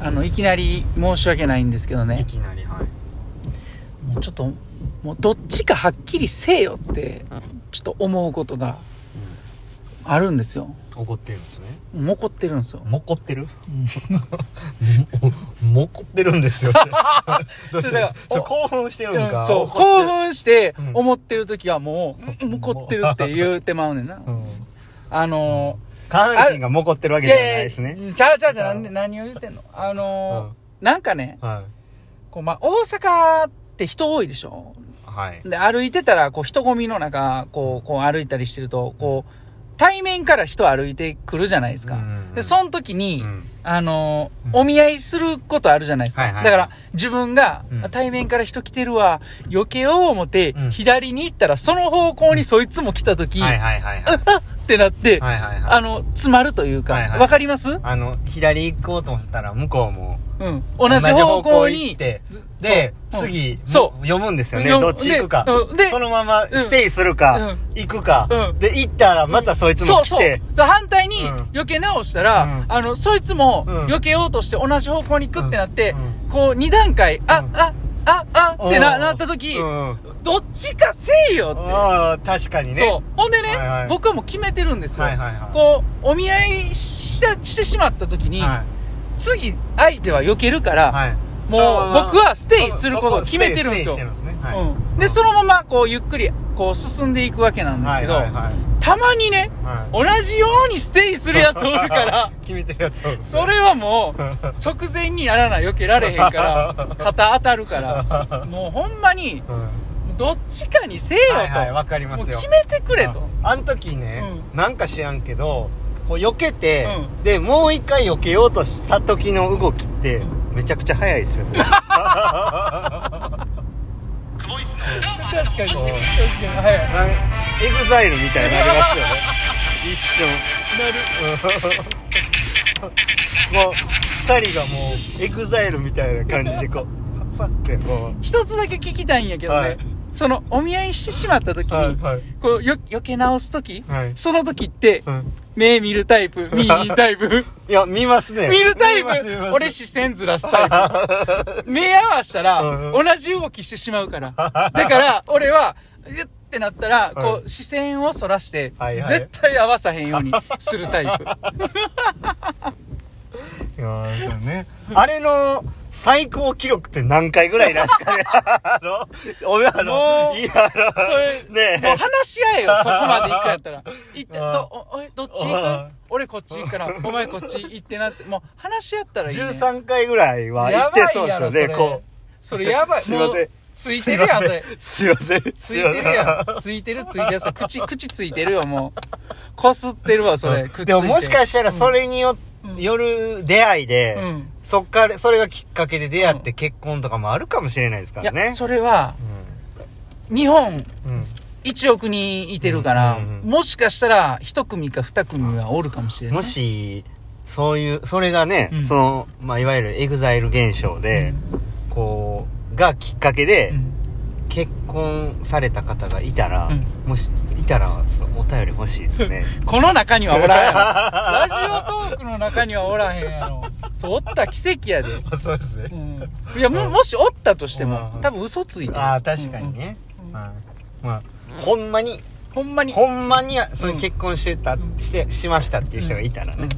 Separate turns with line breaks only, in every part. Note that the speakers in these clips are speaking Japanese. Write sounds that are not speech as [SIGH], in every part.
あのいきなり申し訳ないんですけど
い
ね
きなりはい
もうちょっともうどっちかはっきりせえよってちょっと思うことがあるんですよ
怒ってるんですね
もう怒ってるんですよ
もこってるもこってるん [LAUGHS] です
[LAUGHS]
よどうし
それ
て
が
そう
お
興奮してるん
う
か
んそう
怒
興
って
奮して
うん
思ってる時はもう、うん、怒ってるって言うてまうねん
[LAUGHS]
な
るうん
あの
下半身がもこってるわ
ー、
けじゃないですね
いやいやちゃうちゃうちゃうなんで何を言ってんのあのーなんかね
はい
こう、まあ、大阪って人多いでしょ
はい
で、歩いてたら、こう、人混みの中、こう、こう歩いたりしてると、こう、対面から人歩いてくるじゃないですか。
うん
で、その時に、
うん
あのー
うん
お見合いすることあるじゃないですか。
はいはい
だから、自分が、
うん
あ対面から人来てるわ、避けよう思って、
うん
左に行ったら、その方向にそいつも来た時、
はいはいはいは
あ
い
っ [LAUGHS] ってなって、
はいはいはい
あの、詰まるというか、わ、
はいはい
かります
あの左行こうと思ったら向こうも
うん。同じ方向に
行っ、て
ず
で
そううん
次
そう
読むんですよね
読
ど
む
っち行くか
でうんで
そのままステイする
う
か
ん
行くか
うん
で行ったらまたそいつも来て
そうそう反対に
うん
避け直したら、
うん
あのそいつも
うん
避けようとして同じ方向に行くってなって、
う
こう2段階あ、
うん
あああって
う
なんなった時、
うん
どっちかせえよって、
ああ確かにね
そうほんでね、
はいはい
僕はもう決めてるんですよ、
はいはいはい
こうお見合いしたしてしまった時に、
は
次相手は避けるから、
いはい
もう
そのまま
僕はステイすることを決めてるんですよ
そこをステイしてるんですねはい
うん、でそのままこうゆっくりこう進んでいくわけなんですけど、
はいはいはい
たまにね
はい
同じようにステイするやつおるから
[LAUGHS] 決めてるやつおるんですね [LAUGHS]
それはもう直前にならない避けられへん
[LAUGHS]
から肩当たるからもうほんまに
うん
どっちかにせえよと、
はいはいわかりま
もう
すよ
決めてくれと
ああん時ね、
う
なんか知らんけどこう避けて、
う
でもう一回避けようとした時の動きってめちゃくちゃ早いですよ [LAUGHS] ね
確かに確かにはい
なんエグザイルみたいになりますよね一瞬なるもう二人がもうエグザイルみたいな感じでこうファッファッてこ
一つだけ聞きたいんやけどね、
はい
そのお見合いしてしまった時に、
うはいはい
こうよ避け直す時、
はい
その時って
うん
目見るタイプ見いタイ
[LAUGHS]
プ
いや見ますね
見るタイ
見ます見ま
プ
す
俺視線ずらすタイプ目合わしたら、
う
同じ動きしてしまうから。だから、俺は、ゆってなったら、こ
う
う、視線をそらして、
はいはい
絶対合わさへんようにするタイ
[LAUGHS]
プ。
いやーでもね、あれの最高記録って何回ぐらいなんですかねあの、おめあ
も
の、
う
いや、
それ
あの、ね
もう話し合えよ、そこまで行くやったら。行って、
うん
ど、おおい、どっち
う
行く
ん
俺こっち行くから、お前こっち行ってなって、もう話し合ったらいい、ね。
13回ぐらいは行
やば
っ
い
て
やろ
そうですよね、こ
それやばい。
すいません
もうつ
う。
いてるやん、それ。
すいません。
つ
す
い
い
て
ません。
るやん。ついてる、ついてる。それ口、口ついてるよ、もう。こすってるわ、それ。くっついて
でももしかしたらそ
れ、
れによ
うん
よる出会いで、
うん
そっから、それがきっかけで出会って結婚とかもあるかもしれないですか
い
らね。
や、それは、日本
うんうん
1億人いてるから、
うんうんうん
もしかしたら1組か2組はおるかもしれない。
もし、そういう、それがね、
うん
その、まあ、いわゆるエグザイル現象で、こう、がきっかけで、
うん、
結婚された方がいたら、
うん
もしいたらちょっとお便り欲しいです
[LAUGHS]
ね
この中にはおらんやろ。ラジオトークの中にはおらへんやろ。そう、おった奇跡やで。
そうですね
うん、いやも、もしおったとしても
う、ん
多分嘘ついてる。
ああ確かにね、
うん
はいまあほんまに
うん。ほんまに。
ほんまにそういううん結婚してた、してしましたっていう人がいたらね、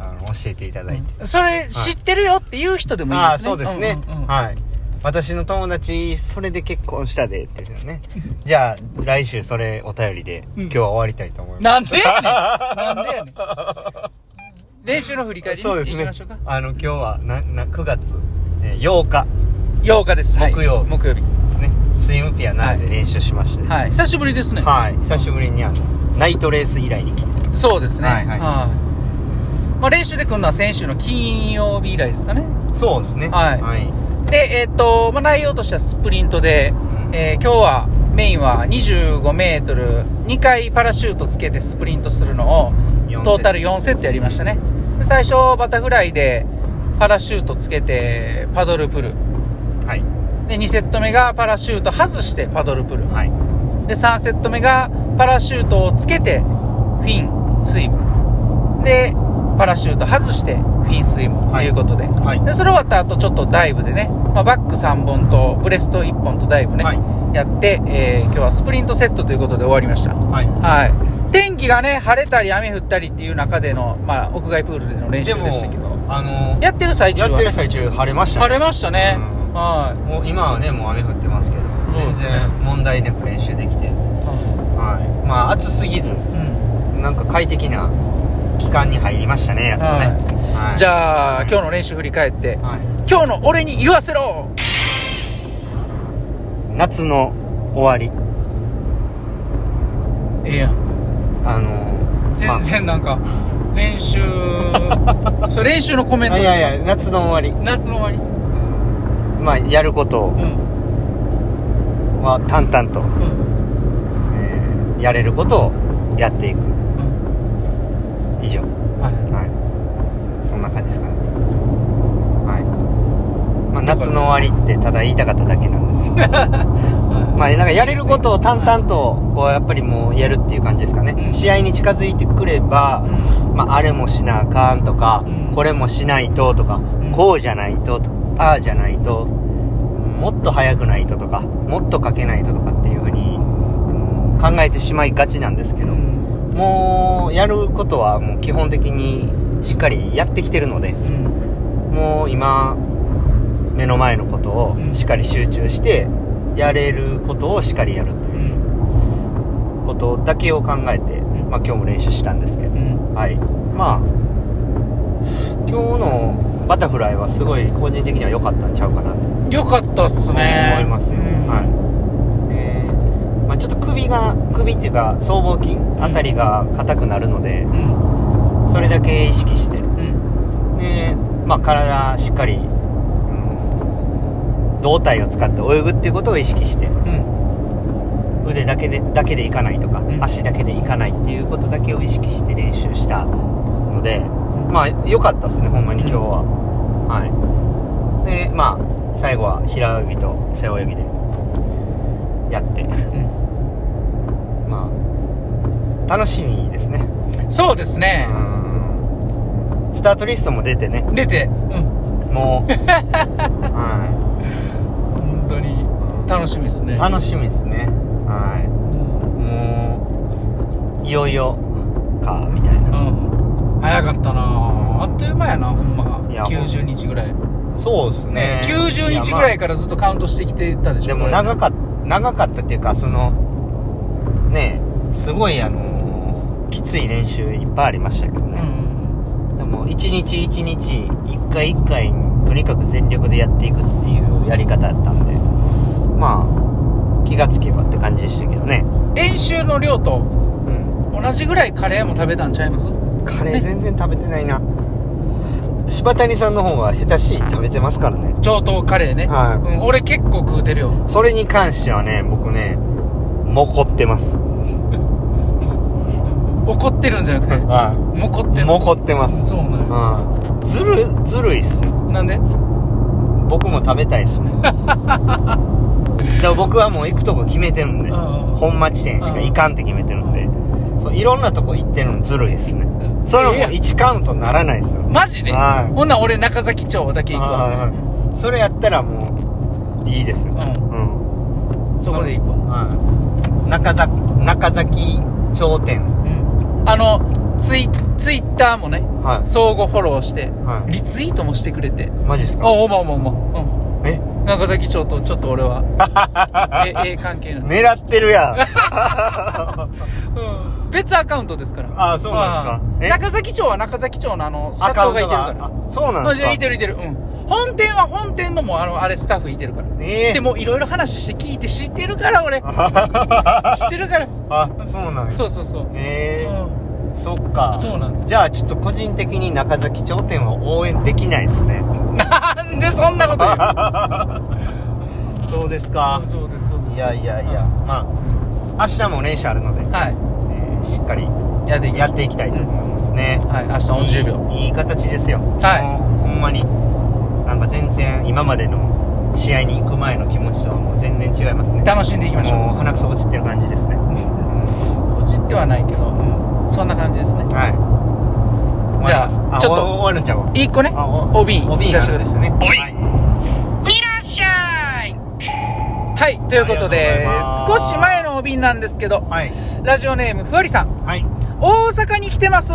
あの教えていただいて、
うんそれ知ってるよっていう人でもいいですね。
ああそうですね、
んうんうん
はい私の友達それで結婚したでっていう
[LAUGHS]
のねじゃあ来週それお便りで、
うん
今日は終わりたいと思いま
な
す
んでやねん。なんでや
[LAUGHS]
ねん。練習の振り返りに
そう
行
です
き
ね
ましょうか。
あの今日はなな9月、えー8日
8日です。はい
木曜日
木曜日。
ですねスイムピア7で練習しましてはい、
はい。久しぶりですね。
久しぶりにあのナイトレース以来に来て
そうですね。
は
はいい、
はい
まあ、練習で組んだのは先週の金曜日以来ですかね。
そうですね
はいで、えっ、と、まあ、内容としてはスプリントで、えー今日はメインは25メートル、2回パラシュートつけてスプリントするのを、
4
トータル4セットやりましたね。で最初、バタフライでパラシュートつけて、パドルプル。
はい
で、2セット目がパラシュート外してパドルプル。
はい
で、3セット目がパラシュートをつけて、フィン、スイム。で、パラシュート外して、フィンスイムということで。
はい
で、それ終わった後、ちょっとダイブでね、まあ、バック3本と、ブレスト1本とダイブね、
はい
やって、えー今日はスプリントセットということで終わりました。
はい
はい。天気がね、晴れたり雨降ったりっていう中での、まあ、屋外プールでの練習
で
でしたけど、
もあの
やってる最中
や
は、
ってる最中晴れました
晴れましたね。
うん
は
もう今はねもう雨降ってますけど
そうで
全
すね
然問題なく練習できて
い。
はいまあ暑すぎず
うん。
なんか快適な期間に入りましたねやっとね、
はい
はい
じゃあ、今日の練習振り返って、
は
今日の俺に言わせろ
い、夏の終わり
ええやん。
あの
全然なんか、練 [LAUGHS] 習、それ練習のコメン
ま
ト
あ、
で
い
すか
やいや夏の終わ
夏の終わ
りまあやること
りうん。
は淡々と、
うん。
えーやれることをやっていく以上
うん。はい。
はいそんな感じですかねはい、まあ、夏の終わりってただ言いたかっただけな
[LAUGHS]
んですよまあなんかやれることを淡々とこうやっぱりもうやるっていう感じですかね、
うん
試合に近づいてくれば、
うん
まあ、あれもしなあかんとか、
うん
これもしないととか、
ん
こうじゃないととかああじゃないともっと速くないととかもっとかけないととかっていうふうにうん考えてしまいがちなんですけど、
うん
もうやることはもう基本的にしっかりやってきてるので
うん
もう今目の前のことを
うん
しっかり集中してやれることをしっかりやると
う
いうんことだけを考え
ん
て、まあ、今日も練習したんですけど
う、ん
はいまあ今日のバタフライはすごい個人的には良かったんちゃうかなと
よかったっすね
思いますよ、
うん
はいえーまあ、ちょっと首が首っていうか僧帽筋あたりが硬くなるので、
うん
それだけ意識して
うん
で、まあ、体しっかり、うん胴体を使って泳ぐっていうことを意識して
うん
腕だけでだけでいかないとか、
うん
足だけでいかないっていうことだけを意識して練習したのでまあ良かったですねほんまに今日は、はいでまあ最後は平泳ぎと背泳ぎでやって [LAUGHS]
う
まあ楽しみですね、
んそうですね
うんスタートリストも出てね
出てうん
も
[LAUGHS]
う、は
本当に
い、
楽しみですね
楽しみですねは
う
いもういよいよかみたいな、
ん早かったなああっという間やなほんま
いや
90日ぐらい
そうです
ね90日ぐらいからずっとカウントしてきてたでし
で
ょ
も長かった長かったっていうかそのねすごいあのーきつい練習いっぱいありましたけど
う
ね、
ん
でも一日一日一回一回とにかく全力でやっていくっていうやり方だったんでまあ気がつけばって感じでしたけどね、
練習の量と同じぐらいカレーも食べたんちゃいます
カレー全然食べてないな柴谷さんの方が下手しい食べてますからね
上等カレーね、
はい
うん、俺結構食うてるよ
それに関してはね僕ねもこってます
怒ってるんじゃなくて
は
もこって
い
る
もこってます
そうなんや
うんずるずるいっすよ
なんで
僕も食べたいっ
[LAUGHS]
すもんでも僕はもう行くとこ決めてるんで
うん
本町店しか行かんって決めてるんでそういろんなとこ行ってるのずるいっすね
うん
それはも
ええ
う
やん
1カウントならないっすよ
マジで
はい
ほんなら俺中崎町だけ行くわ
はいはいそれやったらもういいですよ
うん
うん
そこで行くわ
はい中崎中崎頂点
うんあのツイツイッターもね
は
相互フォローして、
はい
リツイートもしてくれて
マジです
あおまおまおま、
え
うん、中崎町とちょっと俺
[LAUGHS]
はえええ関係ない、
狙って
[LAUGHS]
るやん
うん、別アカウントですから
あそうなんで
あ
すかえ
中崎町は中崎町のあの社長がいてる
ア
か
カウント
ら
があそうなんです
あ
か
いてるいてるうん本店は本店のもうあのあれスタッフいてるから
ええ
でもいろいろ話して聞いて知ってるから俺知ってるから
[LAUGHS] あそうなんや
そうそうそう、
ええ
う
そっか
そうなんです
じゃあちょっと個人的に中崎頂点は応援できないですね
んなんでそんなこと言う
そうですか
そうですそうです
いやいやいやまあ明日も練習あるので、
は
えーしっかり
いやっていきま
や
しょ
っていきたいと思いますね、
うはい明日40秒
いいいい形ですよ
はい
もうほんまになんか全然今までの試合に行く前の気持ちとはもう全然違いますね
楽しんでいきましょ
もう鼻くそ落ちてる感じですね、
う
うん
落ちてはないけど、うん、そんな感じですね
はい
じゃあ、ちょっ
終
と、
わるんちゃうわ
一個ね、
あお
OB
帯
出
が
し
あ
て
る
くださ
んです
い。
よね
帯
はい
らっしゃい
はい、ということで
ありがとうございま
少
す
し前のお便なんですけど、
はい
ラジオネームふわりさん、
はい
大阪に来てます。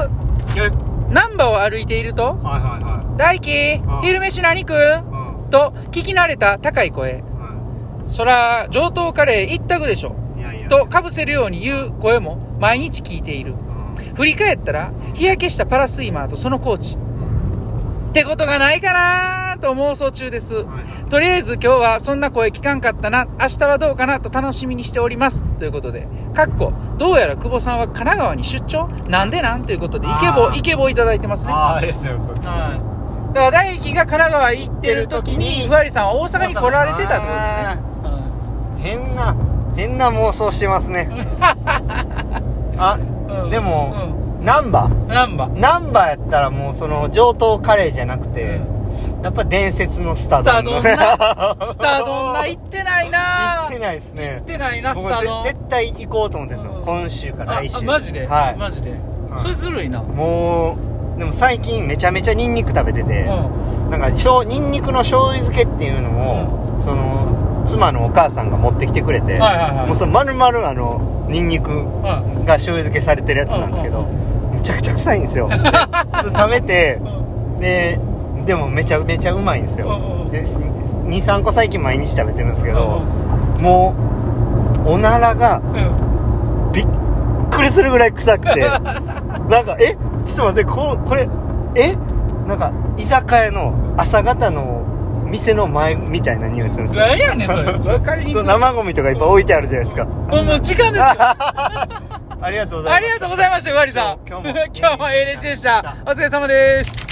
えはい
難波を歩いていると、
はいは
大輝
うん、
昼飯何食
いうう
と聞き慣れた高い声。
ん
そら、上等カレー一択でしょ。
うんいやいや
と、かぶせるように言う声も毎日聞いている。
うん
振り返ったら、日焼けしたパラスイマーとそのコーチ。ってことがないかなと妄想中です。
はい
とりあえず今日はそんな声聞かんかったな、明日はどうかなと楽しみにしております。ということで、かっこ、どうやら久保さんは神奈川に出張なんでなんということで、イケボ
あ、ー
イケボいただいてますね。
ああありがとうございます
はい。だから大輝が神奈川行ってる時に、ふわりさんは大阪に来られてたってことですね。
変な変な妄想してます
[LAUGHS]
ねあ
うん
でも、ナンバー
うんナンバー。
ナンバーやったらもうその上等カレーじゃなくて、やっぱ伝説のスタ
スター
ー
ド
ド
ン
ン [LAUGHS]
な、スタードンな行
行
ってないな
って
行
ないですね
ってないな、ス
僕
タードン
ぜ。絶対行こうと思ってるんです
うん
よ今週か
あ
来週
あマジで、
はい、
マジで、
い
それずるいなうん
もうでも最近めちゃめちゃニンニク食べてて、
は
なんかしょうニンニクの醤油漬けっていうのを、その妻のお母さんが持ってきてくれて、
いはいはい
もうその丸々あのニンニク
は
が醤油漬けされてるやつなんですけど、
うん
めちゃくちゃ臭いん
[LAUGHS]
ですよで食べて
い
ででもめちゃめちゃうまいんですよ、で23個最近毎日食べてるんですけど、もうおならがびっくりするぐらい臭くて [LAUGHS] なんかえちょっと待ってここれえなんか居酒屋の朝方の店の前みたいな匂いするんですよ
何やねんそれ分かりにく
[LAUGHS] そう
い
生ゴミとかいっぱい置いてあるじゃないですか
もうもう時間ですよ
[LAUGHS] ありがとうご
[LAUGHS]
ざいます
ありがとうございましたふわりさん
今日も [LAUGHS]
今日も A レシでしたお疲れ様です